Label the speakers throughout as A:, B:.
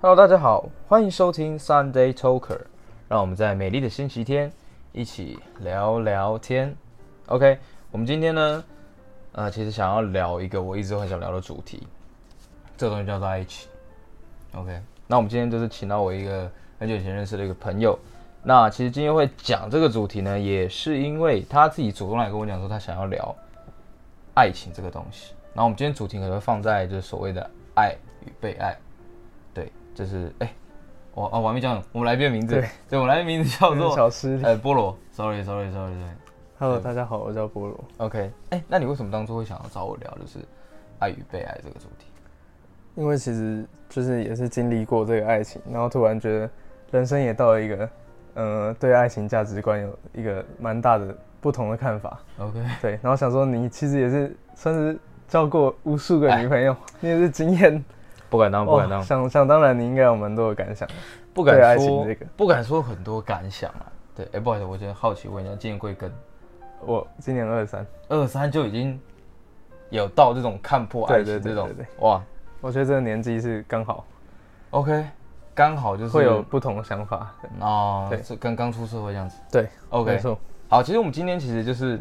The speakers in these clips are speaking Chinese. A: Hello，大家好，欢迎收听 Sunday Talker，让我们在美丽的星期天一起聊聊天。OK，我们今天呢，呃，其实想要聊一个我一直很想聊的主题，这个东西叫做爱情。OK，那我们今天就是请到我一个很久以前认识的一个朋友。那其实今天会讲这个主题呢，也是因为他自己主动来跟我讲说他想要聊爱情这个东西。然后我们今天主题可能会放在就是所谓的爱与被爱，对，就是哎，我哦我还没讲，我们来宾的名字，对，我们来宾名字叫
B: 有点
A: 做
B: 小失礼。
A: 呃菠萝，sorry sorry sorry sorry。
B: Hello，大家好，我叫菠萝。
A: OK，哎、那你为什么当初会想要找我聊就是爱与被爱这个主题？
B: 因为其实就是也是经历过这个爱情，然后突然觉得人生也到了一个，呃，对爱情价值观有一个蛮大的不同的看法。
A: OK，
B: 对，然后想说你其实也是算是交过无数个女朋友，你也是经验，
A: 不敢当，不敢
B: 哇
A: 当，
B: 想想当然你应该有蛮多的感想。
A: 不
B: 对
A: 敢
B: 爱
A: 说，
B: 情这个
A: 不敢说很多感想啊。对，哎、不好意思，我觉得好奇问一下，今年贵庚？
B: 我今年二三，
A: 二三就已经有到这种看破爱情
B: 对对对
A: 这种，
B: 对对
A: 哇
B: 我觉得这个年纪是刚好
A: ，OK，刚好就是
B: 会有不同的想法。
A: 哦，
B: 对
A: 是跟刚出社会这样子。
B: 对
A: OK，
B: 没错，
A: 好，其实我们今天其实就是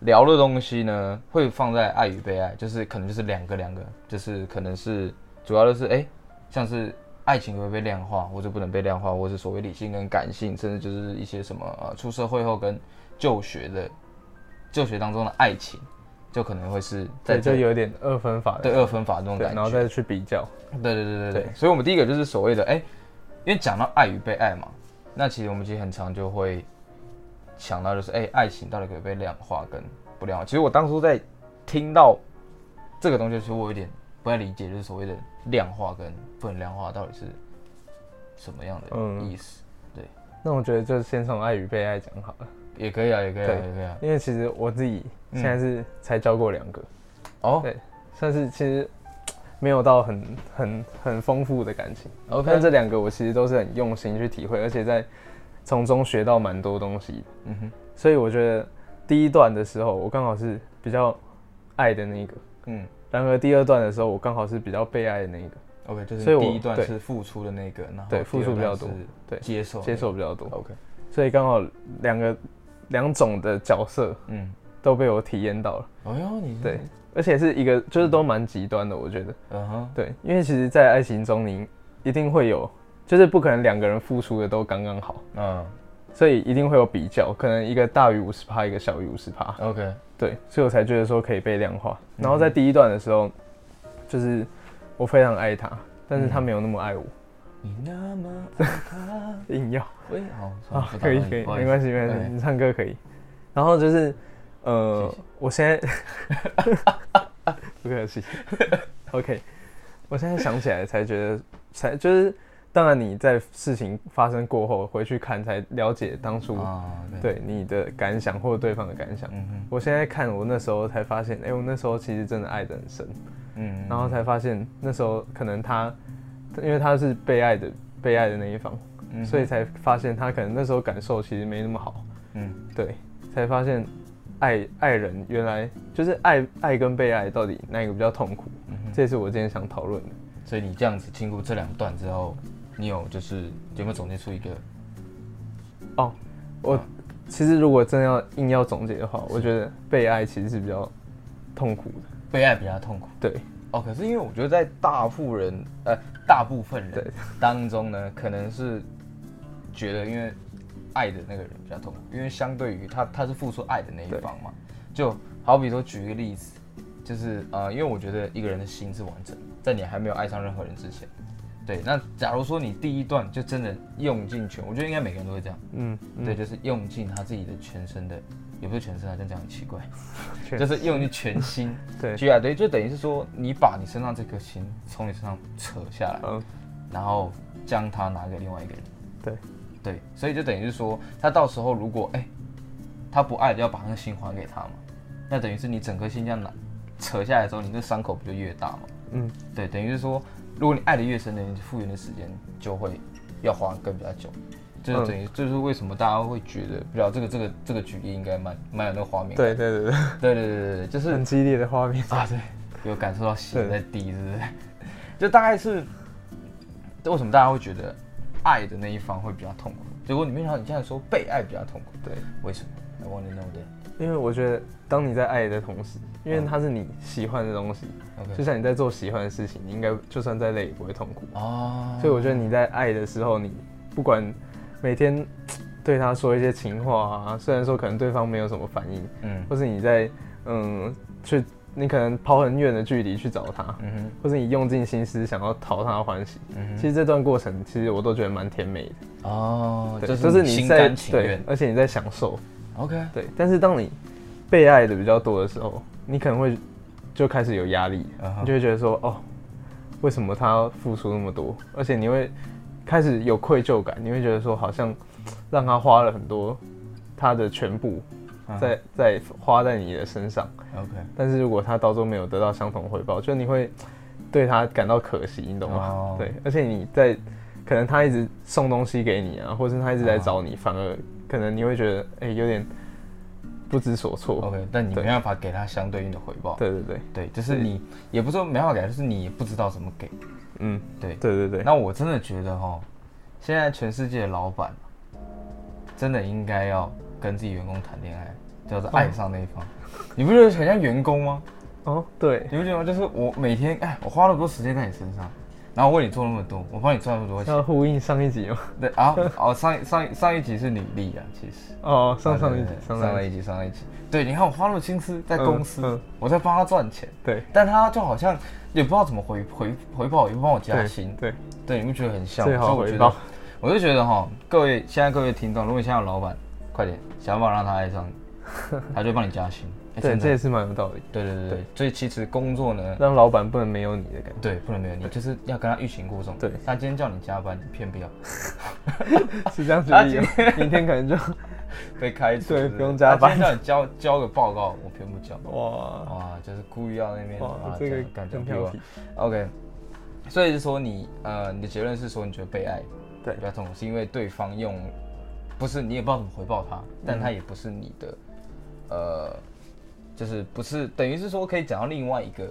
A: 聊的东西呢，会放在爱与被爱，就是可能就是两个两个，就是可能是主要就是哎、诶像是爱情会不会被量化，或者不能被量化，或是所谓理性跟感性，甚至就是一些什么呃出社会后跟就学的就学当中的爱情，就可能会是在
B: 对，就
A: 这
B: 有点二分法的
A: 对二分法这种
B: 对，
A: 感
B: 然
A: 觉，
B: 后再去比较。
A: 对对对对对
B: 对，
A: 所以我们第一个就是所谓的哎、因为讲到爱与被爱嘛，那其实我们其实很常就会想到就是哎、爱情到底可不可以被量化跟不量化？其实我当初在听到这个东西的时候，我有点不太理解，就是所谓的量化跟不能量化到底是什么样的
B: 嗯
A: 意思？
B: 那我觉得就先从爱与被爱讲好了。
A: 也可以啊，也可以啊，
B: 对
A: 也可以啊。
B: 因为其实我自己现在是才交过两个，
A: 哦
B: 对算是其实没有到很很很丰富的感情。但
A: ，OK，
B: 这两个我其实都是很用心去体会，而且在从中学到蛮多东西。
A: 嗯哼，
B: 所以我觉得第一段的时候，我刚好是比较爱的那一个；
A: 嗯
B: 然而第二段的时候，我刚好是比较被爱的那一个，
A: ，OK，就是
B: 所以
A: 你
B: 我
A: 第一段
B: 对
A: 是付出的那个，然后
B: 对付出比较多
A: 第二段是
B: 对
A: 接受
B: 接受比较多。
A: ，OK，
B: 所以刚好两个两种的角色
A: 嗯，
B: 都被我体验到了，
A: 哎呦，你是
B: 对，而且是一个就是都蛮极端的，我觉得。
A: 嗯哼，
B: 对，因为其实，在爱情中，你一定会有，就是不可能两个人付出的都刚刚好，
A: 嗯
B: 所以一定会有比较，可能一个大于五十趴，一个小于五十趴。
A: ，OK。
B: 对，所以我才觉得说可以被量化。然后在第一段的时候，就是我非常爱他，但是他没有那么爱我，
A: 你那么爱他，
B: 硬要
A: 喂，哦好哎
B: 啊，可以可以，没关系没关系，你唱歌可以。然后就是，呃
A: 谢谢，
B: 我现在 不客气。OK，我现在想起来才觉得，才就是，当然你在事情发生过后回去看，才了解当初、
A: 啊，，
B: 对你的感想或对方的感想。
A: 嗯
B: 我现在看我那时候才发现，哎、我那时候其实真的爱得很深，
A: 哼，嗯
B: 然后才发现那时候可能他，因为他是被爱的被爱的那一方，
A: 嗯
B: 所以才发现他可能那时候感受其实没那么好，
A: 嗯
B: 对，才发现爱爱人原来就是爱爱跟被爱到底哪一个比较痛苦，
A: 嗯哼，
B: 这也是我今天想讨论的。
A: 所以你这样子经过这两段之后，你有就是有没有总结出一个
B: 哦，我其实如果真要硬要总结的话，我觉得被爱其实是比较痛苦的，
A: 被爱比较痛苦？
B: 对，
A: 哦，可是因为我觉得在大部分人呃大部分人
B: 对
A: 当中呢，可能是觉得因为爱的那个人比较痛苦，因为相对于他他是付出爱的那一
B: 对
A: 方嘛，就好比说举一个例子，就是呃，因为我觉得一个人的心是完整的，在你还没有爱上任何人之前，对，那假如说你第一段就真的用尽全，我觉得应该每个人都会这样，
B: 嗯，嗯
A: 对，，就是用尽他自己的全身的，也不是全身啊，这样讲很奇怪，
B: 确
A: 就
B: 实
A: 是用尽全心。
B: 对，
A: 去啊，对，就等于是说，你把你身上这颗心从你身上扯下来，
B: 嗯，
A: 然后将它拿给另外一个人。
B: 对，
A: 对，所以就等于是说，他到时候如果哎、他不爱了，要把那个心还给他嘛，那等于是你整颗心这样拿扯下来之后，你这伤口不就越大嘛？
B: 嗯，
A: 对，等于是说，如果你爱的越深的人，你复原的时间就会要花更比较久。这就
B: 嗯
A: 等于，这就是为什么大家会觉得，不知道这个这个这个举例应该蛮蛮有那个画面感。
B: 对嗯对对对，
A: 对对对对对，就是
B: 很激烈的画面，
A: 啊，对，有感受到血
B: 对
A: 在滴，是不是？就大概是，为什么大家会觉得爱的那一方会比较痛苦？结果你没想到你现在说被爱比较痛苦，
B: 对，
A: 为什么？I want to know that.
B: 因为我觉得当你在爱的同时，因为它是你喜欢的东西，
A: OK，
B: 就像你在做喜欢的事情，你应该就算再累也不会痛苦。
A: 哦，
B: 所以我觉得你在爱的时候，你不管每天对他说一些情话啊，虽然说可能对方没有什么反应，
A: 嗯
B: 或是你在嗯去你可能跑很远的距离去找他，
A: 嗯哼
B: 或是你用尽心思想要讨他欢喜，
A: 嗯
B: 其实这段过程其实我都觉得蛮甜美的，
A: 哦，
B: 对，
A: 就
B: 就是是
A: 你
B: 你
A: 心
B: 在
A: 甘情
B: 对
A: 愿，。
B: 而且你在享受，
A: OK，
B: 对。但是当你被爱的比较多的时候，你可能会就开始有压力
A: 嗯哼
B: 你就会觉得说，哦，为什么他要付出那么多？而且你会开始有愧疚感，你会觉得说，好像让他花了很多他的全部
A: 嗯
B: 在在花在你的身上，
A: OK，
B: 但是如果他到最后没有得到相同回报，就你会对他感到可惜，你懂吗？
A: 哦
B: 对，而且你在可能他一直送东西给你啊，或是他一直来找你，反而可能你会觉得哎、有点不知所措。
A: OK，但你没
B: 对
A: 办法给他相对应的回报。
B: 对对对，
A: 对，就是你也不是说没办法给，就是你也不知道怎么给。
B: 嗯，
A: 对
B: 对对对，
A: 那我真的觉得哈，现在全世界的老板真的应该要跟自己员工谈恋爱，叫做爱上那一方。你不觉得很像员工吗？
B: 哦对，
A: 你不觉得吗？就是我每天哎，我花了多时间在你身上，然后我为你做那么多，我帮你赚那么多钱。
B: 要呼应上一集吗？
A: 对啊，哦，上一上一上一集是履历啊，其实。
B: 哦，上上一
A: 对
B: 集
A: 对，对
B: 上
A: 上
B: 上一
A: 一
B: 集，
A: 集，上一集。对，你看我花那么心思在公司，
B: 嗯嗯
A: 我在帮他赚钱，
B: 对
A: 但他就好像也不知道怎么回回回报，也不帮我加薪，哎
B: 对，
A: 对，你不觉得很像吗？
B: 最好
A: 所以我觉得
B: 回报，
A: 我就觉得哈，各位现在各位听众，如果你现在有老板，快点想办法让他爱上 你，他就帮你加薪。哎
B: 对，
A: 真的
B: 这也是蛮有道理，
A: 对对对对，所以其实工作呢，
B: 让老板不能没有你的感
A: 对，不能没有你，就是要跟他欲擒故纵。
B: 对
A: 他今天叫你加班，你偏不要，
B: 觉，是这样子
A: 他
B: 理由
A: 今，
B: 明天可 能就
A: 被开除。
B: 对
A: 是是
B: 不用加班
A: 他今天叫你交交个报告，我偏不交。
B: 哇
A: 哇，就是故意要那边
B: 哇
A: 啊，，
B: 这个
A: 感觉
B: 很调皮，
A: OK，所以是说你呃，你的结论是说你觉得被爱
B: 对
A: 比较痛苦，是因为对方用不是你也不知道怎么回报他，但他也不是你的、呃，就是不是等于是说可以讲到另外一个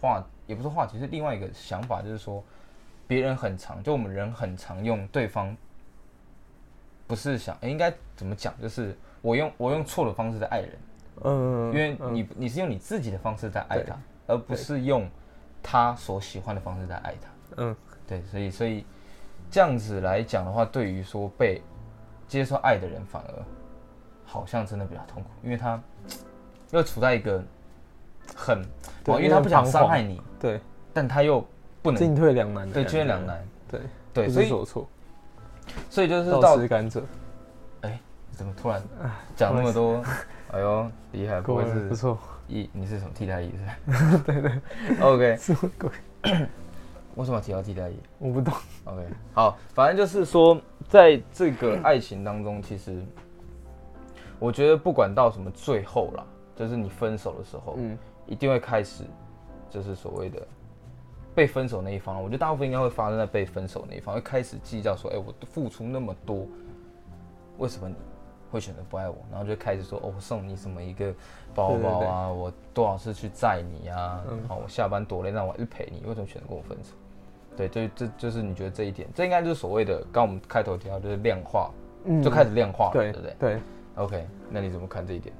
A: 话，也不是话题，是另外一个想法，就是说别人很常，就我们人很常用对方不是想、诶应该怎么讲，就是我用我用错的方式在爱人。
B: 嗯，
A: 因为
B: 嗯
A: 你你是用你自己的方式在爱
B: 对
A: 他，而不是用他所喜欢的方式在爱他。
B: 嗯，
A: 对，所以所以这样子来讲的话，对于说被接受爱的人，反而好像真的比较痛苦，因为他又处在一个很，
B: 对
A: 哦因为
B: 因为
A: 他不想
B: 很彷
A: 伤
B: 徨
A: 害你，
B: 对，
A: 但他又不能
B: 进退两难的
A: 对
B: 感觉
A: 进退两，难。
B: 对
A: 对，
B: 不
A: 所
B: 知
A: 以
B: 所措，
A: 所以就是
B: 倒
A: 到
B: 吃甘蔗，
A: 哎，怎么突然讲那么多？ 哎呦，厉害，不
B: 果
A: 会
B: 然
A: 是
B: 不错，
A: 一你是什么替代役 是吧？对对，OK。
B: 是 果然
A: 为什么要提到替代役
B: 我不懂，
A: ？OK，好，反正就是说，在这个爱情当中，其实我觉得不管到什么最后啦，就是你分手的时候，
B: 嗯，
A: 一定会开始，就是所谓的被分手那一方，我觉得大部分应该会发生在被分手那一方，会开始计较说，哎、我付出那么多，为什么你会选择不爱我？然后就开始说，哦，我送你什么一个包包啊，我多少次去载你啊，
B: 嗯
A: 然后我下班多累，让我还是陪你，为什么选择跟我分手？对，这这就是你觉得这一点，这应该就是所谓的，刚我们开头提到就是量化，
B: 嗯
A: 就开始量化了，
B: 对
A: 对不对
B: 对，
A: ？OK，那你怎么看这一点？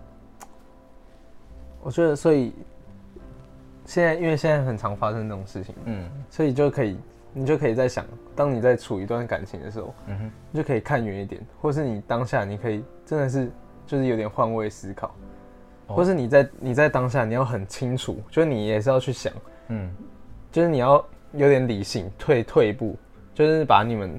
B: 我觉得所以现在因为现在很常发生这种事情，
A: 嗯
B: 所以就可以你就可以在想，当你在处一段感情的时候，
A: 嗯哼，
B: 你就可以看远一点，或是你当下你可以真的是就是有点换位思考，
A: 哦
B: 或是你在你在当下你要很清楚，就是你也是要去想，
A: 嗯
B: 就是你要有点理性，退退一步，就是把你们，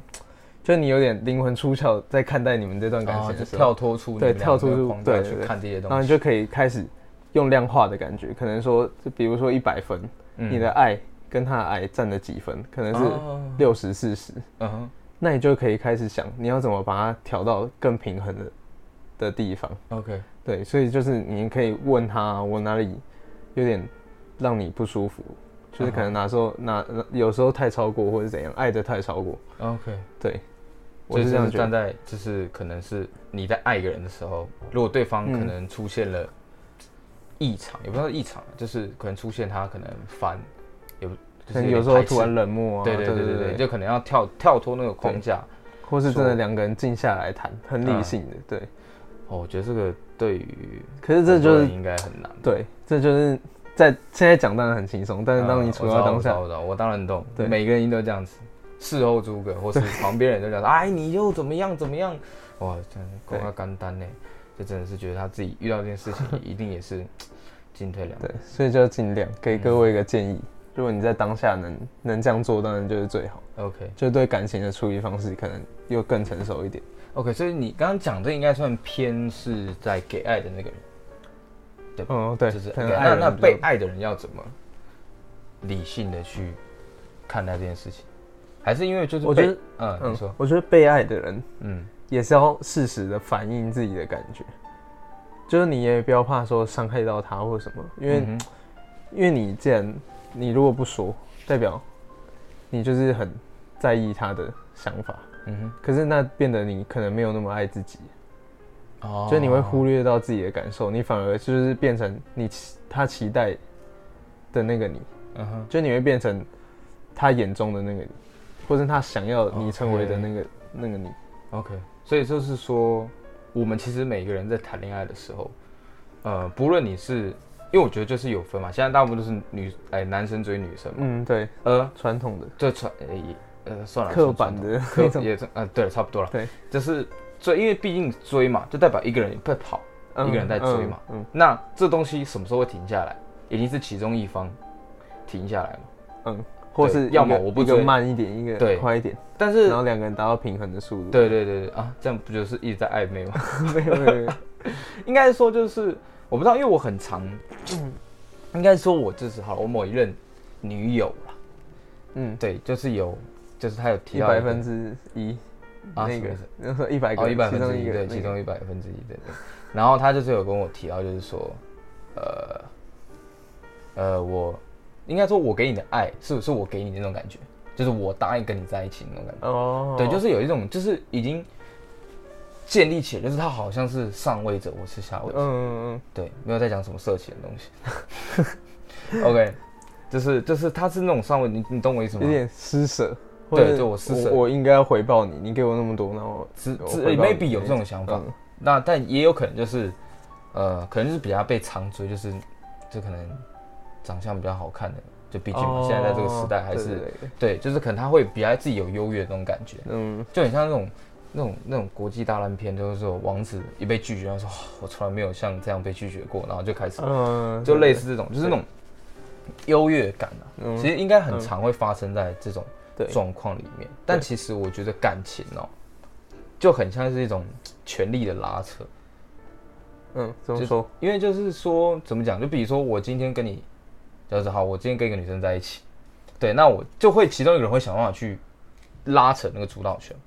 B: 就是你有点灵魂出窍，在看待你们这段感
A: 啊
B: 情
A: 就
B: 的时候，
A: 跳脱出你
B: 对
A: 们两
B: 跳
A: 个
B: 出
A: 框架
B: 对
A: 去
B: 对对
A: 看这些
B: 然后
A: 东
B: 你
A: 西。
B: 就可以开始用量化的感觉，可能说，就比如说一百分，
A: 嗯
B: 你的爱跟他的爱占了几分，可能是
A: 哦
B: 六十四十，
A: 嗯哼
B: 那你就可以开始想，你要怎么把它调到更平衡的的地方。
A: ，OK，
B: 对，所以就是你可以问他，我哪里有点让你不舒服，就
A: 嗯
B: 是可能哪时候哪有时候太超过或者怎样，爱的太超过，
A: OK，
B: 对，
A: 我
B: 我
A: 是这
B: 是这
A: 样
B: 样觉
A: 站
B: 得。
A: 在，就是可能是你在爱一个人的时候，如果对方
B: 嗯
A: 可能出现了啊异常，也不知道异常，就是可能出现他可能烦，也不就是
B: 能
A: 点
B: 有时候
A: 排斥
B: 突然冷漠啊，
A: 对对
B: 对
A: 对对对，就可能要跳跳脱那个框架。
B: 或是真
A: 说
B: 的两个人静下来谈，很理
A: 嗯
B: 性的，对。
A: 哦，我觉得这个对于
B: 可是这
A: 很多
B: 就是
A: 人应该很难。
B: 对，这就是在现在讲当然很轻松，但是当你
A: 嗯
B: 处到当
A: 我知道
B: 下，
A: 我知道，我知道我当然懂。
B: 对
A: 每个人都这样子，事后诸葛，或是旁边人都这样说，哎，你又怎么样怎么样？哇，真的光
B: 对
A: 他干单呢，就真的是觉得他自己遇到这件事情，一定也是进退两
B: 对，所以就尽量给各位一个建议。如果你在当下能能这样做，当然就是最好。
A: 难。OK
B: 就对感情的处理方式，可能又更成熟一点。
A: OK，所以你刚刚讲这应该算偏是在给爱的那个人，
B: 嗯，对，
A: 就是
B: 可能
A: 对
B: 爱
A: 那
B: 人
A: 那
B: 比较
A: 被爱的人要怎么理性的去看待这件事情？还是因为就是
B: 我
A: 被
B: 觉得，
A: 嗯，你
B: 嗯
A: 说，，
B: 我觉得被爱的人
A: 嗯
B: 也是要适时的反映自己的感觉，就是你也不要怕说伤害到他或什么，因为、
A: 嗯哼
B: 因为你既然你如果不说，代表你就是很在意他的想法，
A: 嗯
B: 可是那变得你可能没有那么爱自己，
A: 哼，哦
B: 所以你会忽略到自己的感受，你反而就是变成你期他期待的那个你，
A: 嗯哼。
B: 就你会变成他眼中的那个你，或是他想要你成为的那个那个你。
A: OK，所以就是说，我们其实每个人在谈恋爱的时候，呃，不论你是，因为我觉得就是有分嘛，现在大部分都是女，哎、男生追女生嘛，
B: 嗯，对，
A: 呃，
B: 传统的
A: 这传，呃也，呃，算了，
B: 刻板的
A: 算
B: 那
A: 传统刻
B: 种，
A: 也，呃，对了，差不多了，
B: 对，
A: 就是追，因为毕竟追嘛，就代表一个人在跑，
B: 嗯
A: 一个人在追嘛，
B: 嗯
A: 那这东西什么时候会停下来，一定是其中一方停下来嘛，
B: 嗯，或是一个
A: 要么我不
B: 一个
A: 追
B: 慢一点，一个
A: 对
B: 快一点，
A: 但是
B: 然，后两个人达到平衡的速度。，
A: 对对对对啊，这样不就是一直在暧昧吗？
B: 没有没有，没有
A: 应该说就是我不知道，因为我很常，应该说我就是好了，我某一任女友啦，
B: 嗯，
A: 对，就是有，就是她有提
B: 一
A: 到
B: 百
A: 一个
B: 分之一
A: 啊
B: 那
A: 什
B: 个
A: 么是，
B: 那时候 一百个，
A: 哦一百
B: 其
A: 分
B: 中
A: 之
B: 一
A: 一
B: 个
A: 对，
B: 那
A: 其
B: 个
A: 中一百分之一对对，然后她就是有跟我提到，就是说，呃，呃，我应该说我给你的爱是是我给你的那种感觉，就是我答应跟你在一起的那种感觉。
B: 哦，
A: 对，就是有一种，就是已经建立起来，就是他好像是上位者，我是下位
B: 嗯
A: 者，
B: 嗯
A: 对，没有在讲什么色情的东西。OK，就是就是他是那种上位，你你懂我意思
B: 嗯，
A: 吗？
B: 有点施舍，或
A: 对
B: 者
A: 对我施舍
B: 我我应该要回报你，你给我那么多，那我
A: 只
B: 我
A: 只
B: 回报你
A: maybe 有这种想法，
B: 嗯
A: 那但也有可能就是，呃，可能是比较被常追，就是就可能长相比较好看的，就毕竟嘛、现在在这个时代还
B: 哦
A: 是
B: 对对对
A: 对，就是可能他会比他自己有优越的那种感觉。
B: 嗯，
A: 就很像那种那种那种国际大烂片，就是说王子一被拒绝，他说、哦我从来没有像这样被拒绝过，然后就开始、
B: 嗯，
A: 就类
B: 似
A: 似这种，就是那种优越感啊，
B: 嗯
A: 其实应该很常会发生在这种
B: 对
A: 状况里面。但其实我觉得感情哦，就很像是一种权力的拉扯，
B: 嗯，怎么
A: 就是
B: 说？
A: 因为就是说怎么讲，就比如说我今天跟你，就是好，我今天跟一个女生在一起，对，那我就会其中一个人会想办法去拉扯那个主导权。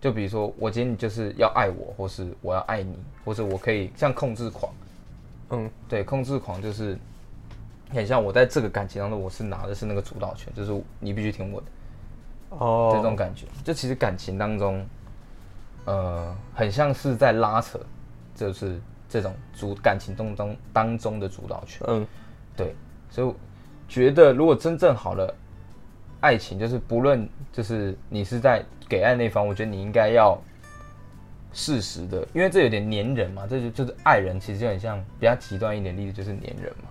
A: 就比如说我今天就是要爱我，或是我要爱你，或者我可以像控制狂，
B: 嗯
A: 对，控制狂就是很像我在这个感情当中，我是拿的是那个主导权，就是你必须听我的
B: 哦，
A: 这种感觉。就其实感情当中，呃，很像是在拉扯，就是这种主感情当中当中的主导权。
B: 嗯
A: 对，所以我觉得如果真正好了，爱情就是不论就是你是在给爱那方，我觉得你应该要适时的，因为这有点粘人嘛，这就就是爱人，其实就很像比较极端一点的例子就是粘人嘛。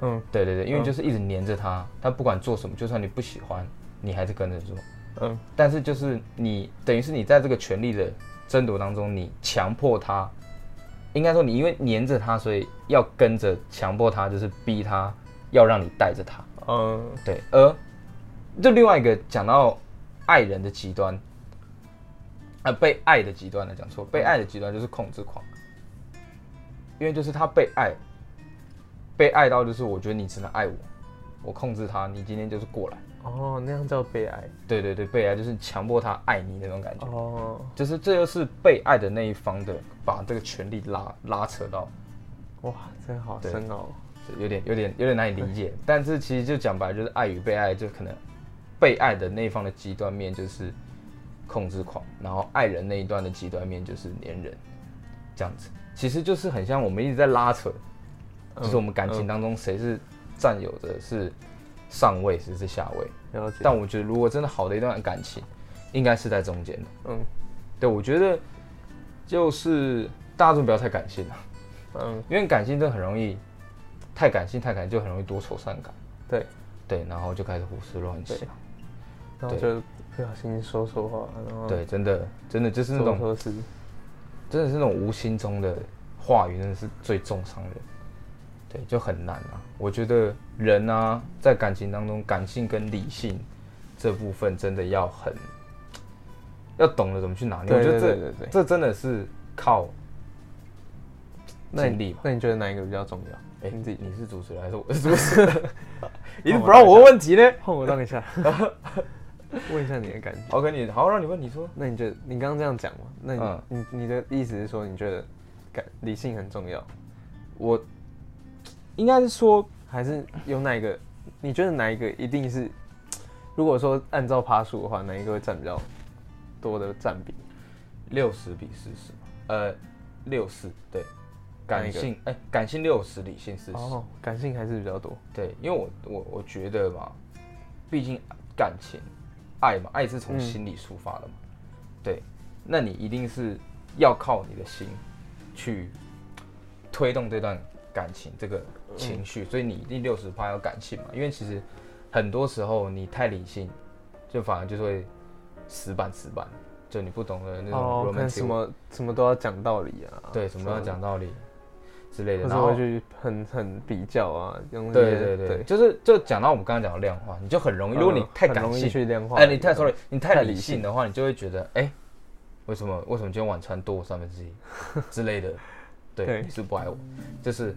B: 嗯
A: 对对对，因为就是一直黏着他，他不管做什么，就算你不喜欢，你还是跟着做。
B: 嗯
A: 但是就是你等于是你在这个权力的争夺当中，你强迫他，应该说你因为黏着他，所以要跟着强迫他，就是逼他要让你带着他。
B: 嗯
A: 对，而就另外一个讲到爱人的极端，啊、被爱的极端了，讲错，被爱的极端就是控制狂，因为就是他被爱，被爱到就是我觉得你只能爱我，我控制他，你今天就是过来。
B: 哦，那样叫悲哀
A: 对对对，被爱就是强迫他爱你那种感觉。
B: 哦，
A: 就是这就是被爱的那一方的把这个权利拉拉扯到，
B: 哇，真好
A: 对
B: 深奥，
A: 就有点有点有点难以理解。但是其实就讲白了，就是爱与被爱，就可能被爱的那一方的极端面就是控制狂，然后爱人那一端的极端面就是粘人，这样子。其实就是很像我们一直在拉扯，就是我们感情当中谁是占有的是上位，只是下位。
B: 了解。
A: 但我觉得，如果真的好的一段感情，应该是在中间的。
B: 嗯
A: 对，我觉得就是大众不要太感性啊了，
B: 嗯，
A: 因为感性真的很容易，太感性太感性就很容易多愁善感。
B: 对，
A: 对，然后就开始胡思乱想。
B: 然后
A: 对
B: 就不小心说错话，然后
A: 对，真的真的就是那
B: 做
A: 种
B: 错事，
A: 真的是那种无心中的话语，真的是最重伤人。对，就很难啊。我觉得人啊，在感情当中，感性跟理性这部分真的要很要懂得怎么去拿捏。我
B: 对
A: 觉得
B: 对对
A: 这
B: 对对。
A: 这真的是靠
B: 那
A: 经
B: 你
A: 历吧。
B: 那你觉得哪一个比较重要？
A: 哎、
B: 你自己
A: 你是主持人还是我是主持 人？一直
B: 那我
A: 不让
B: 来
A: 我
B: 想
A: 问题呢？
B: 换我当一下， 问一下你的感觉。
A: 好，跟你好，让你问，你说。
B: 那你觉得你刚刚这样讲嘛？那你、
A: 嗯
B: 你你的意思是说，你觉得感理性很重要，
A: 我应该是说，
B: 还是有哪一个？你觉得哪一个一定是？如果说按照爬数的话，哪一个会占比较多的占比？
A: 六十比四十，呃，六四对，
B: 哪
A: 感
B: 一个
A: 性哎、感性六十，理性四十、
B: 哦，感性还是比较多。
A: 对，因为我我我觉得嘛，毕竟感情爱嘛，爱是从
B: 嗯
A: 心里出发的嘛，对，那你一定是要靠你的心去推动这段感情这个
B: 嗯
A: 情绪，所以你一定六十趴要感性嘛，因为其实很多时候你太理性，就反而就会死板死板，就你不懂得那种
B: 哦，看
A: romantic
B: 什么什么都要讲道理啊，
A: 对，什么要讲道理之类
B: 什
A: 的，
B: 么，或
A: 然后
B: 者会去很很比较啊，用这
A: 对
B: 些
A: 对对，就是就讲到我们刚刚讲的量化，你就很容易，如果你
B: 嗯
A: 太
B: 很
A: 感
B: 容易
A: 性，
B: 去量化，
A: 哎，你太 sorry，你太
B: 太
A: 理
B: 理
A: 性
B: 性
A: 的话，你就会觉得，哎，为什么为什么今天晚餐多我三分 之一之类的？对，
B: 对
A: 你是不爱我，就是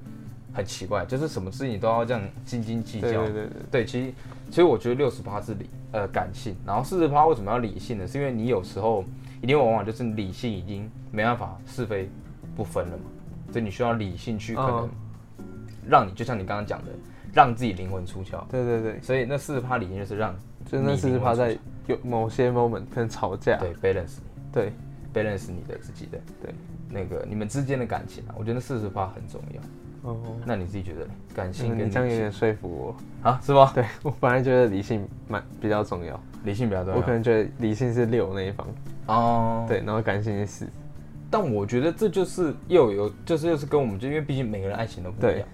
A: 很奇怪，就是什么事情都要这样斤斤计
B: 对
A: 较
B: 对。对对，
A: 对，其实其实我觉得六十趴是理呃感性，然后四十趴为什么要理性呢？是因为你有时候一定往往就是理性已经没办法是非不分了嘛，所以你需要理性去可能
B: 嗯
A: 让你就像你刚刚讲的，让自己灵魂出窍。
B: 对对对，
A: 所以那四十趴理性就是让
B: 就那
A: 你
B: 四
A: 灵
B: 十
A: 魂
B: 趴
A: 出
B: 在
A: 窍
B: 有某些 moment 可能吵架，
A: 对 balance 你
B: 对
A: balance 你的自己的
B: 对，
A: 那个你们之间的感情啊，我觉得四十趴很重要。
B: 哦，
A: 那你自己觉得嘞感性
B: 嗯
A: 跟
B: 你这样
A: 理
B: 有
A: 性
B: 点说服我，
A: 啊是吗？
B: 对 我本来觉得理性蛮比较重要，
A: 理性比较重
B: 我可
A: 要
B: 能觉得理性是六那一方，
A: 啊哦，
B: 对，然后感性是四，
A: 但我觉得这就是又有，就是又是跟我们，就因为毕竟每个人爱情都不一样，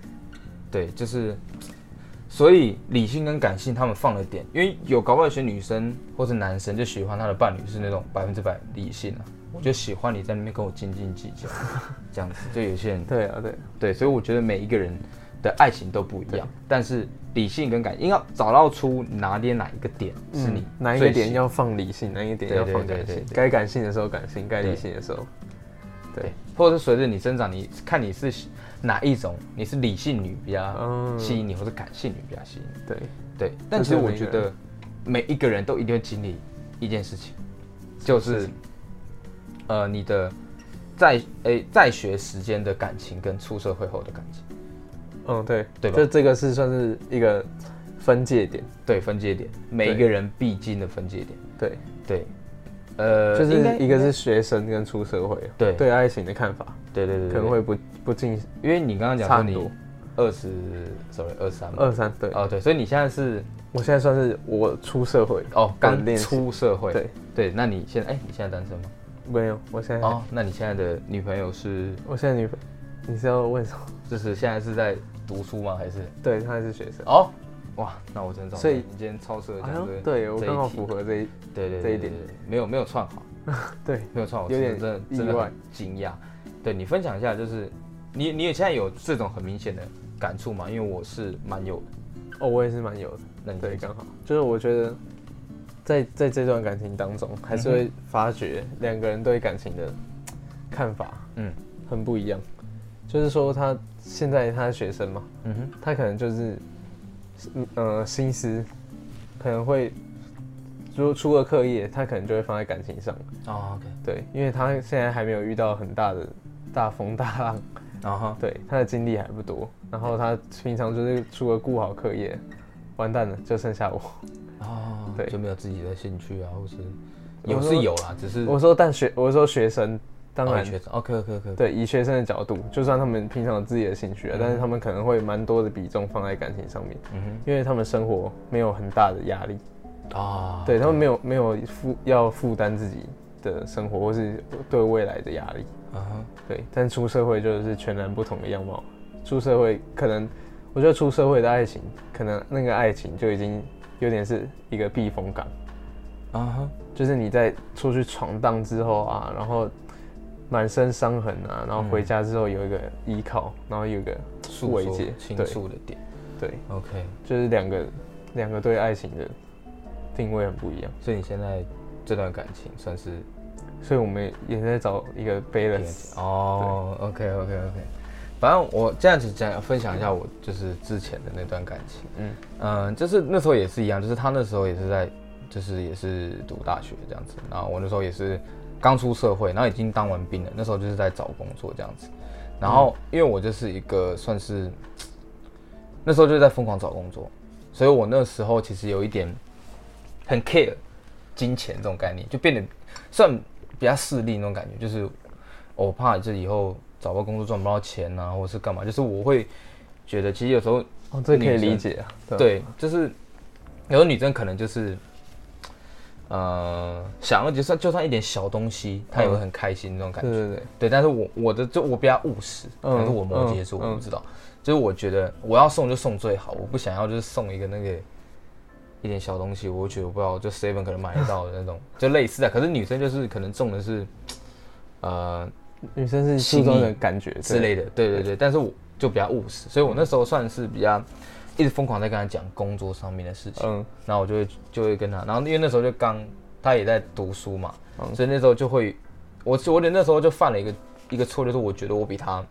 A: 对，就是，所以理性跟感性他们放了点，因为有搞不好有些女生或者男生就喜欢他的伴侣是那种百分之百理性啊，我就喜欢你在那边跟我斤斤计 较，这样子，就有些人
B: 对啊对，
A: 对，所以我觉得每一个人的爱情都不一样，但是理性跟感应该找到出哪点哪一个点是你、
B: 嗯哪一个点要放理性，哪一个点
A: 对
B: 要
A: 对
B: 放
A: 对
B: 感
A: 对
B: 性，
A: 对
B: 该感性的时候感性，该
A: 对
B: 理性的时候，
A: 对
B: 对，
A: 或者是随着你增长，你看你是哪一种，你是理性女比较
B: 嗯
A: 吸引你，或者感性女比较吸引你。
B: 对，
A: 对，但
B: 这
A: 其实
B: 是
A: 我
B: 每
A: 觉
B: 个人
A: 得每一个人都一定会经历一件事情，就是呃你的在诶、在学时间的感情跟出社会后的感情，
B: 嗯对，
A: 哦对吧
B: 这这个是算是一个分界点，
A: 对分界点，每一
B: 对
A: 个人必经的分界点。
B: 对，
A: 对，呃，
B: 就
A: 应该
B: 是一个是学生跟出社会，
A: 对
B: 对爱情的看法
A: 对对对，
B: 可能
A: 对，
B: 会不不尽
A: 因为你刚刚讲
B: 差
A: 说
B: 很
A: 你
B: 多，
A: 二十，sorry 二三嘛，
B: 二三对，
A: 哦对，所以你现在是
B: 我现在算是我出社会
A: 哦，刚
B: 练习
A: 出社会，
B: 对哎
A: 对，那你现在哎、你现在单身吗？
B: 没有，我现在、
A: 哦，那你现在的女朋友是
B: 我现在女朋你是要问什么？
A: 就是现在是在读书吗？还是
B: 对，她是学生，
A: 哦，哇，那我真找不到，
B: 所以
A: 你今天超适合
B: 哎
A: 讲
B: 呦
A: 这个，
B: 对我
A: 这一
B: 刚好
A: 题
B: 符合这一
A: 对对
B: 这一
A: 对
B: 点
A: 对对没有没有串好，
B: 对，
A: 没有串好，
B: 有
A: 真的
B: 点
A: 真的
B: 意
A: 真的
B: 外
A: 很惊讶。对你分享一下，就是你你也现在有这种很明显的感触吗？因为我是蛮有的，
B: 哦，我也是蛮有的，
A: 那你
B: 对，
A: 先讲
B: 刚好就是我觉得在在这段感情当中，还是会发觉两个人对感情的看法
A: 嗯
B: 很不一样，就是说他现在他是学生嘛，
A: 嗯哼。
B: 他可能就是，嗯呃，心思可能会，如果除了课业，他可能就会放在感情上，
A: 哦，OK，
B: 对，因为他现在还没有遇到很大的大风大浪，
A: 然后
B: 对，他的经历还不多，然后他平常就是除了顾好课业，完蛋了，就剩下我。
A: 哦，
B: 对
A: 就没有自己的兴趣啊，或是
B: 我
A: 有
B: 说
A: 是有啦，只是
B: 我说，但学我说学生当
A: 哦
B: 然，
A: 学长，OK OK OK，
B: 对，以学生的角度，就算他们平常有自己的兴趣啊，但是他们可能会蛮多的比重放在感情上面，
A: 嗯
B: 因为他们生活没有很大的压力，
A: 哼，啊，
B: 对他们没有没有负要负担自己的生活或是对未来的压力，
A: 嗯哼，
B: 对，但出社会就是全然不同的样貌，出社会可能我觉得出社会的爱情，可能那个爱情就已经有点是一个避风港。
A: 嗯哼，
B: 就是你在出去闯荡之后啊，然后满身伤痕啊，然后
A: 嗯
B: 回家之后有一个依靠，然后有一个
A: 诉
B: 慰
A: 说
B: 藉
A: 倾
B: 对
A: 诉的点
B: 对，
A: ，OK，
B: 就是两个两个对爱情的定位很不一样，
A: 所以你现在这段感情算是
B: 所以我们也在找一个 balance。
A: 哦，OK OK OK，反正我这样子讲，分享一下我就是之前的那段感情，
B: 嗯
A: 嗯，就是那时候也是一样，就是他那时候也是在，就是也是读大学这样子，然后我那时候也是刚出社会，然后已经当完兵了，那时候就是在找工作这样子，然后因为我就是一个算是那时候就是在疯狂找工作，所以我那时候其实有一点很 care 金钱这种概念，就变得算比较势利那种感觉，就是哦我怕这以后找不到工作赚不到钱啊，或者是干嘛，就是我会觉得其实有时候
B: 哦，这可以
A: 女生
B: 理解啊。啊，
A: 对，就是有时候女生可能就是，呃，想要就算就算一点小东西，她也会很开心那种感
B: 对
A: 觉。
B: 对对，
A: 对，但嗯是我我的就我比较务实，可能是我摩羯座，
B: 嗯嗯
A: 我不知道。就是我觉得我要送就送最好，我不想要就是送一个那个一点小东西，我觉得我不知道，就 seven 可能买得到的那 种，就类似的。可是女生就是可能中的是，呃，
B: 女生是
A: 心意
B: 心中的感觉
A: 之类
B: 的。
A: 的，对对对。嗯但是我就比较务实，所以我那时候算是比较一直疯狂在跟他讲工作上面的事情，
B: 嗯，
A: 然后我就会就会跟他，然后因为那时候就刚他也在读书嘛，
B: 嗯
A: 所以那时候就会，我我那时候就犯了一个一个错，就是我觉得我比他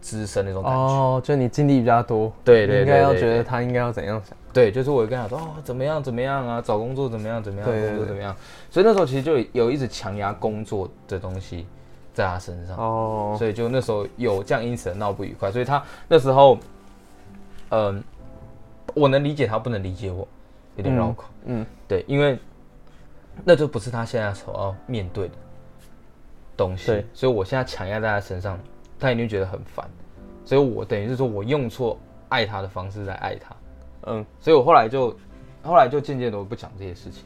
A: 资深那种感觉，
B: 哦，就你经历比较多，
A: 对对对
B: 你应该要
A: 对对
B: 觉得他应该要怎样想。
A: 对，就是我会跟他说哦怎么样怎么样啊，找工作怎么样怎么样，
B: 对对
A: 工作
B: 对
A: 怎么样，所以那时候其实就有一直强压工作的东西在他身上。
B: 哦，
A: 所以就那时候有这样因此而闹不愉快，所以他那时候，嗯、我能理解他，不能理解我，有点绕口。
B: 嗯，
A: 对，因为那就不是他现在所要面对的东西
B: 对，
A: 所以我现在强压在他身上，他一定觉得很烦，所以我等于是说我用错爱他的方式在爱他，
B: 嗯，
A: 所以我后来就后来就渐渐的我不讲这些事情。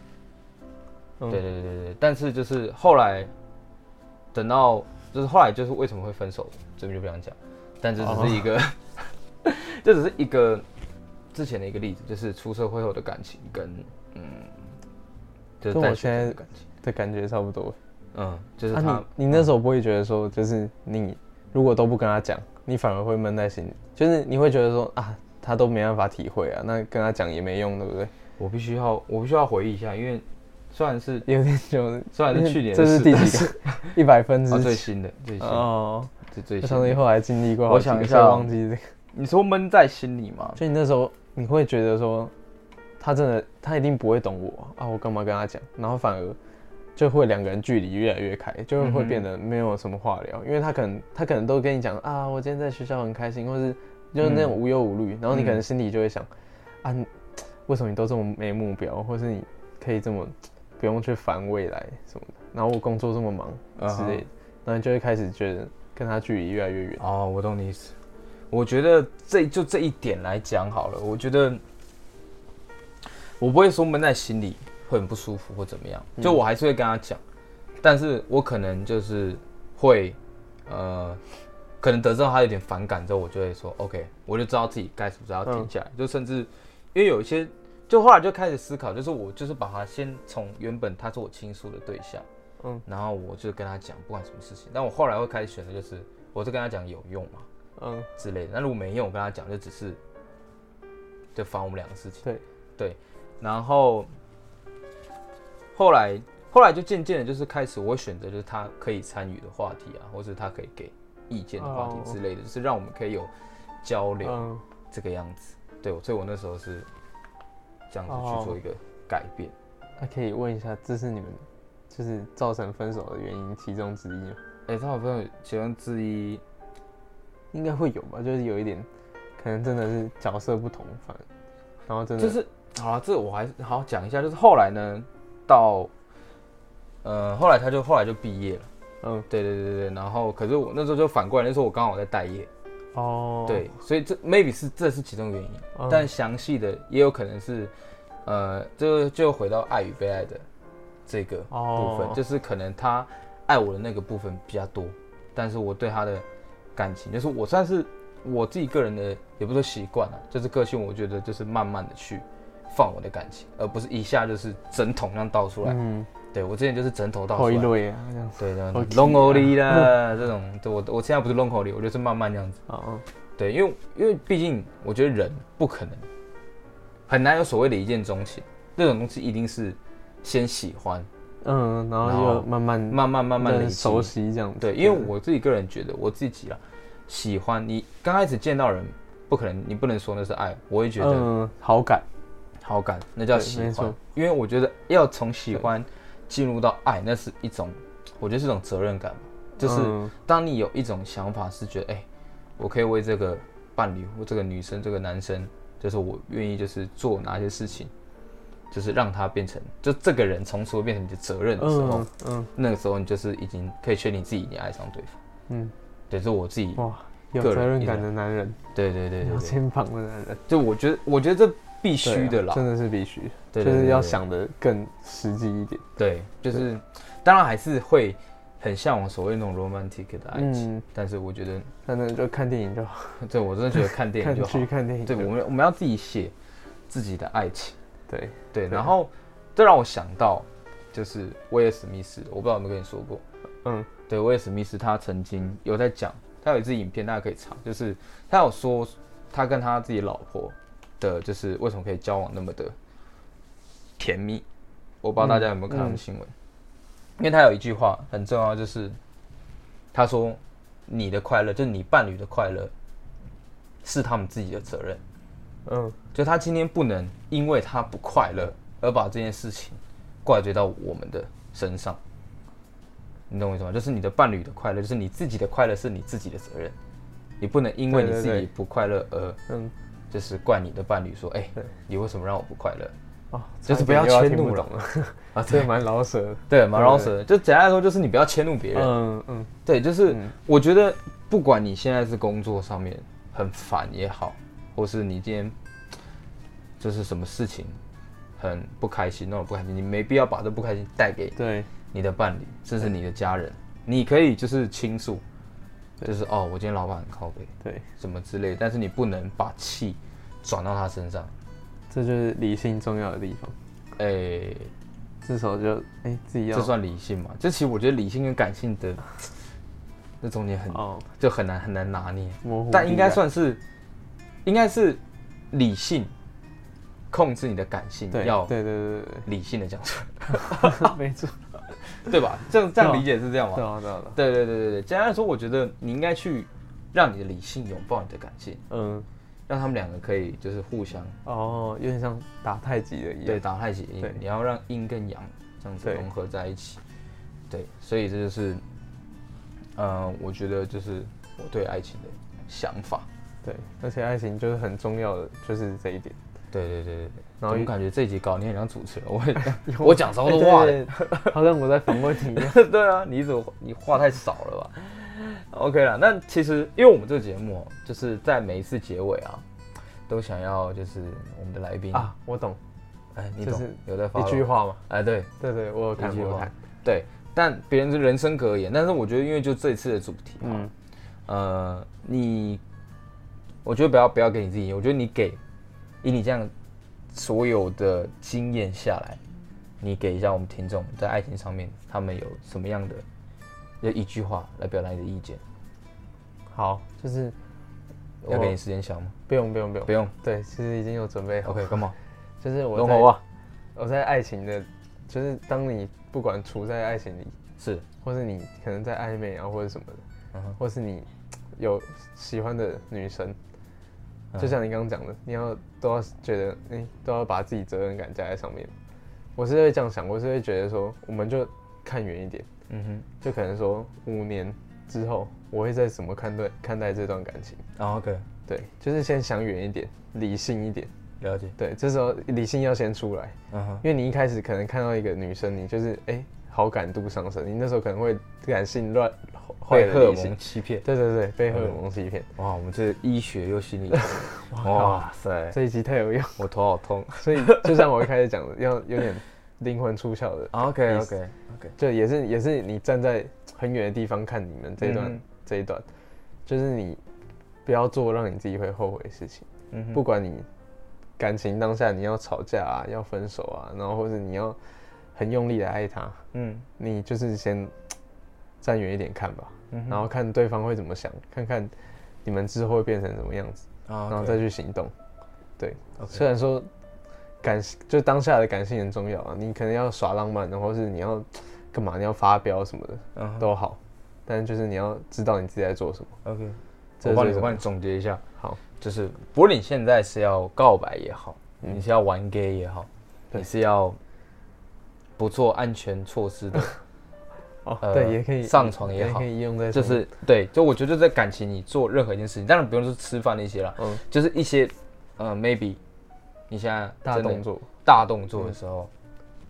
B: 嗯
A: 对对对对对，但是就是后来，等到就是后来就是为什么会分手，这边就不想讲，但这
B: 哦
A: 只是一个， 这只是一个之前的一个例子，就是出社会后的感情跟嗯，就是
B: 跟我
A: 在学
B: 现在
A: 生的感情，
B: 的感觉差不多。
A: 嗯，就是他、
B: 啊、你你那时候不会觉得说，就是你如果都不跟他讲，你反而会闷在心里，就是你会觉得说啊，他都没办法体会啊，那跟他讲也没用，对不对？
A: 我必须要我必须要回忆一下，因为虽然是
B: 有点久，
A: 虽然是去年的
B: 这是
A: 事
B: 第
A: 但
B: 几 个？一百分之
A: 啊最
B: 几
A: 新的最新的
B: 哦，
A: 最最
B: 我
A: 新
B: 从以
A: 的，
B: 后还经历过好
A: 我
B: 几个，
A: 想一
B: 所以
A: 下哦
B: 忘记这个。
A: 你说闷在心里吗？
B: 就你那时候，你会觉得说，他真的他一定不会懂我啊，我干嘛跟他讲？然后反而就会两个人距离越来越开，就
A: 嗯
B: 会
A: 哼
B: 变得没有什么话聊，因为他可能他可能都跟你讲啊，我今天在学校很开心，或是就是那种无忧无虑，然后你可能心里就会想、啊，你为什么你都这么没目标，或是你可以这么不用去烦未来什么的，然后我工作这么忙
A: 啊哈
B: 之类的，然后你就会开始觉得跟他距离越来越远。
A: 哦，我懂你意思。我觉得这就这一点来讲好了，我觉得我不会说闷在心里会很不舒服或怎么样，就我还是会跟他讲，但是我可能就是会呃，可能得知到他有点反感之后，我就会说 OK，我就知道自己该是不是要停下来，就甚至因为有一些。就后来就开始思考，就是我就是把他先从原本他是我倾诉的对象，
B: 嗯，
A: 然后我就跟他讲不管什么事情，但我后来会开始选择就是我是跟他讲有用嘛
B: 嗯，
A: 之类的。那如果没用，我跟他讲就只是就烦我们两个事情。
B: 对
A: 对，然后后来后来就渐渐的，就是开始我会选择就是他可以参与的话题啊，或者他可以给意见的话
B: 哦
A: 题之类的，就是让我们可以有交流
B: 嗯
A: 这个样子。对，所以我那时候是这样子去
B: 哦
A: 做一个改变。
B: 那可以问一下，这是你们就是造成分手的原因其中之一吗？
A: 哎、他好朋友其中之一，
B: 应该会有吧，就是有一点，可能真的是角色不同，反正然后真的
A: 就是好啦这我还是好好讲一下，就是后来呢，到呃后来他就后来就毕业了，
B: 嗯，
A: 对对对对对，然后可是我那时候就反过来，那时候我刚好在待业，
B: 哦，
A: 对，所以这 maybe 是这是其中原因，
B: 嗯，
A: 但详细的也有可能是，呃，就就回到爱与被爱的这个部分，
B: 哦，
A: 就是可能他爱我的那个部分比较多，但是我对他的感情，就是我算是我自己个人的，也不是说习惯了，就是个性，我觉得就是慢慢的去放我的感情，而不是一下就是整桶这样倒出来。
B: 嗯，
A: 对我之前就是整头倒出
B: 后一
A: 来。
B: 类啊，这样子，
A: 对的
B: 好奇
A: 龙口
B: 啊
A: 里啦，这种，对我我现在不是龙口里，我就是慢慢这样子。
B: 哦，
A: 对，因为因为毕竟我觉得人不可能很难有所谓的一见钟情，这种东西一定是先喜欢，
B: 嗯，然
A: 然
B: 后
A: 后
B: 又慢慢
A: 慢慢慢慢
B: 慢
A: 的
B: 慢熟。悉这样子，
A: 对，因为我自己个人觉得，我自己啊喜欢你刚开始见到人，不可能你不能说那是爱，我也觉得
B: 嗯好感，
A: 好感，那叫
B: 对
A: 喜
B: 没
A: 欢
B: 错，
A: 因为我觉得要从喜欢进入到爱，那是一种我觉得是一种责任感吧，就是。
B: 嗯
A: 当你有一种想法是觉得，哎、我可以为这个伴侣或这个女生、这个男生，就是我愿意就是做哪些事情，就是让他变成，就这个人从此变成你的责任的时候，
B: 嗯嗯
A: 那个时候你就是已经可以确定自己已经爱上对方。
B: 嗯，
A: 对，这是我自己，
B: 哇，有
A: 个人
B: 责任
A: 一
B: 感
A: 种
B: 的男人，
A: 对对对对
B: 有
A: 对，
B: 肩膀的男人，啊
A: 就我觉得，我觉得这必须的啦，
B: 真的是必须，
A: 对
B: 啊就是要，
A: 对
B: 想的更实际一点，
A: 对对，对就是当然还是会很向往所谓那种 romantic 的爱情，
B: 嗯，
A: 但是我觉得，
B: 那那就看电影就好，
A: 对我真的觉得看电影
B: 看
A: 就好
B: 剧。看电影就
A: 对，
B: 好，
A: 我们我们要自己写自己的爱情。
B: 对，
A: 对，
B: 对
A: 然后这让我想到，就是威尔史密斯，我不知道有没有跟你说过，
B: 嗯
A: 对，威尔史密斯他曾经有在讲，他有一支影片，大家可以查，就是他有说他跟他自己老婆的，就是为什么可以交往那么的甜蜜。我不知道大家有没有看到
B: 嗯嗯
A: 新闻，因为他有一句话很重要，就是他说你的快乐，就是你伴侣的快乐，是他们自己的责任。
B: 嗯
A: 就他今天不能因为他不快乐而把这件事情怪罪到我们的身上，你懂我意思吗？就是你的伴侣的快乐，就是你自己的快乐是你自己的责任，你不能因为你
B: 对对
A: 自
B: 对
A: 己不快乐而
B: 嗯，
A: 就是怪你的伴侣说，哎、
B: 对
A: 你为什么让我不快乐
B: 哦，
A: 就是
B: 差
A: 不
B: 点
A: 要
B: 又
A: 迁
B: 听
A: 怒
B: 不
A: 了
B: 懂了，
A: 啊？
B: 这个蛮老舍的，
A: 对，蛮
B: 对
A: 老舍的。就简单来说，就是你不要迁怒别人。
B: 嗯嗯
A: 对，就是
B: 嗯
A: 我觉得，不管你现在是工作上面很烦也好，或是你今天就是什么事情很不开心，那种不开心，你没必要把这不开心带给
B: 对，
A: 你的伴侣，甚至你的家人。你可以就是倾诉，就是哦，我今天老板很靠背
B: 对，
A: 什么之类的，但是你不能把气转到他身上。
B: 这就是理性重要的地方。
A: 哎、
B: 这时候就哎、自己要
A: 这算理性吗？这其实我觉得理性跟感性的那中间很
B: 哦
A: 就很难很难拿捏。
B: 模糊地带，
A: 但应该算是，应该是理性控制你的感性，
B: 对
A: 要
B: 对对 对
A: 理性的讲出来，
B: 对，没错，
A: 对吧？这样这样
B: 对啊
A: 理解是这样
B: 对
A: 吗？
B: 啊对啊对啊，
A: 对对对对对，简单来说，我觉得你应该去让你的理性拥抱你的感性，
B: 嗯
A: 让他们两个可以就是互相
B: 哦，有点像打太极的一
A: 对
B: 样，
A: 打太极
B: 对，
A: 你要让阴跟阳这样子
B: 对
A: 融合在一起。对，所以这就是，呃，我觉得就是我对爱情的想法。
B: 对，而且爱情就是很重要的，就是这一点。
A: 对对对对对，然
B: 然后
A: 后我
B: 一
A: 感觉这一集搞得你很像主持人，我也 我讲超多话的。
B: 哎对对对好像我在访问你一 样。
A: 对啊，你怎么你话太少了吧？OK 啦，那其实因为我们这个节目哦就是在每一次结尾啊，都想要就是我们的来宾
B: 啊，，我懂
A: 哎，你
B: 就
A: 懂、
B: 是
A: 有在发
B: 一句
A: 话，
B: 话嘛，
A: 哎，对
B: 对对，我有看
A: 一句
B: 我有
A: 话
B: 看，
A: 对，但别人是人生格言，但是我觉得因为就这一次的主题啊，
B: 嗯
A: 呃，你我觉得不要不要给你自己，我觉得你给以你这样所有的经验下来，你给一下我们听众在爱情上面他们有什么样的，就一句话来表达你的意见。
B: 好，就是
A: 要给
B: 我
A: 你时间想吗？
B: 不用不用不用
A: 不，用。
B: 对，其实已经有准备好。
A: OK，干嘛？
B: 就是我
A: 龙
B: 在
A: 猴啊，
B: 我在爱情的，就是当你不管处在爱情里，
A: 是，
B: 或是你可能在暧昧啊，或者什么的，
A: 嗯哼
B: 或是你有喜欢的女生，
A: 嗯
B: 就像你刚刚讲的，你要都要觉得，哎、都要把自己责任感加在上面。我是会这样想，我是会觉得说，我们就看远一点，
A: 嗯
B: 就可能说五年之后，我会再怎么看待看待这段感情。
A: 哼，然后啊 OK，
B: 对，就是先想远一点，理性一点，
A: 了解，
B: 对，这时候理性要先出来，
A: 嗯哼，
B: 因为你一开始可能看到一个女生，你就是哎、好感度上升，你那时候可能会感性乱坏
A: 被荷
B: 了
A: 尔
B: 理性
A: 蒙，欺骗。
B: 对对对，被荷尔蒙欺骗，
A: 哇，我们这医学又心理学，哇塞，
B: 这一集太有用。
A: 我头好痛。
B: 所 以就像我一开始讲的，要有点灵魂出窍的，
A: OK
B: 意
A: OK
B: 思
A: OK，
B: 就也是也是你站在很远的地方看你们这一段、
A: 嗯
B: 这一段，就是你不要做让你自己会后悔的事情，
A: 嗯哼
B: 不管你感情当下你要吵架啊，要分手啊，然后或者你要很用力的爱他，
A: 嗯
B: 你就是先站远一点看吧，
A: 嗯哼
B: 然后看对方会怎么想，看看你们之后会变成什么样子。
A: 啊，
B: 然后
A: OK
B: 再去行动。对
A: OK
B: 虽然说感就当下的感性很重要啊，你可能要耍浪漫，然后是你要干嘛，你要发飙什么的、
A: 嗯哼
B: 都好，但就是你要知道你自己在做什么。
A: OK，
B: 这
A: 我帮
B: 是
A: 你我
B: 什么
A: 帮你总结一下，
B: 好，
A: 就是不论你现在是要告白也好，你是要玩 gay 也好，
B: 嗯对
A: 你是要不做安全措施 的，
B: 哦，
A: 呃
B: 对，也可以
A: 上床也好
B: 可以用在
A: 就
B: 上面
A: 是对，就我觉得在感情你做任何一件事情，当然不用是吃饭那些啦，
B: 嗯
A: 就是一些呃 maybe 你现在
B: 大
A: 真的
B: 动作，嗯
A: 大动作的时候，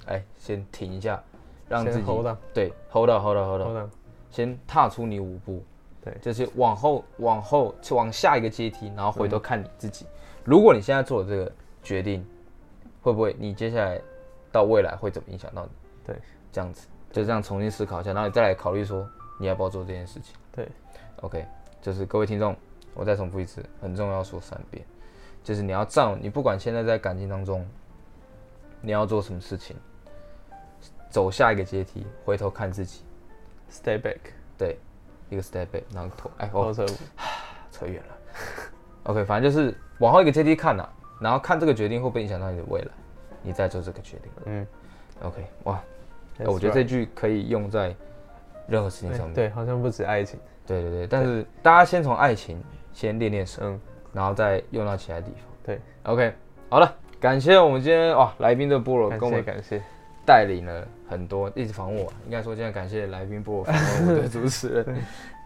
A: 哎、先停一下，让自
B: 先
A: 己
B: hold on
A: 对 hold on hold on hold on，
B: hold on，
A: 先踏出你五步，
B: 对
A: 就是往后往后往下一个阶梯，然后回头看你自己。
B: 嗯
A: 如果你现在做了这个决定，会不会你接下来到未来会怎么影响到你？
B: 对
A: 这样子就这样重新思考一下，然后你再来考虑说你要不要做这件事情。
B: 对，
A: OK，就是各位听众，我再重复一次，很重要，说三遍，就是你要站，你不管现在在感情当中，你要做什么事情，走下一个阶梯，回头看自己，
B: stay back，
A: 对，一个 step back，然后头，哎，
B: 后
A: 哦，
B: 撤步，
A: 扯远了。OK，反正就是往后一个阶梯看呐、然后看这个决定会不会影响到你的未来，你再做这个决定。
B: 嗯，
A: OK，哇，哎
B: that's
A: 我觉得这
B: right
A: 句可以用在任何事情
B: 哎
A: 上面。
B: 对，好像不止爱情，
A: 对对对，但是大家先从爱情先练练手，
B: 嗯，
A: 然后再用到其他地方。
B: 对
A: ，OK，好了，感谢我们今天哇来宾的菠萝
B: 感
A: 哦跟我
B: 谢
A: 们
B: 感谢，
A: 带领了很多，一直访问我。应该说，今天感谢来宾波访问我的主持人。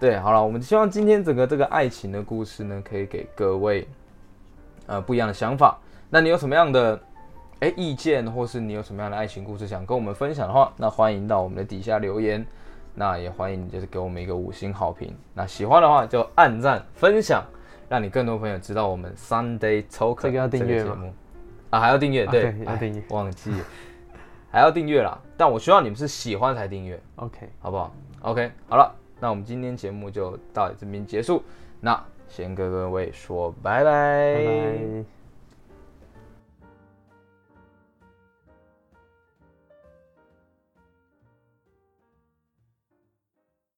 A: 对，好了，我们希望今天整个这个爱情的故事呢，可以给各位呃不一样的想法。那你有什么样的哎意见，或是你有什么样的爱情故事想跟我们分享的话，那欢迎到我们的底下留言。那也欢迎你就是给我们一个五星好评。那喜欢的话就按赞分享，让你更多朋友知道我们 Sunday Talk
B: 这个要订阅
A: 节
B: 吗
A: 目啊，还要订阅
B: 啊
A: 对
B: 对，要
A: 哎
B: 订阅
A: 忘记了。还要订阅啦，但我希望你们是喜欢才订阅，
B: ，OK，
A: 好不好？OK，好了，那我们今天节目就到这边结束，那先跟各位说拜拜
B: 拜拜。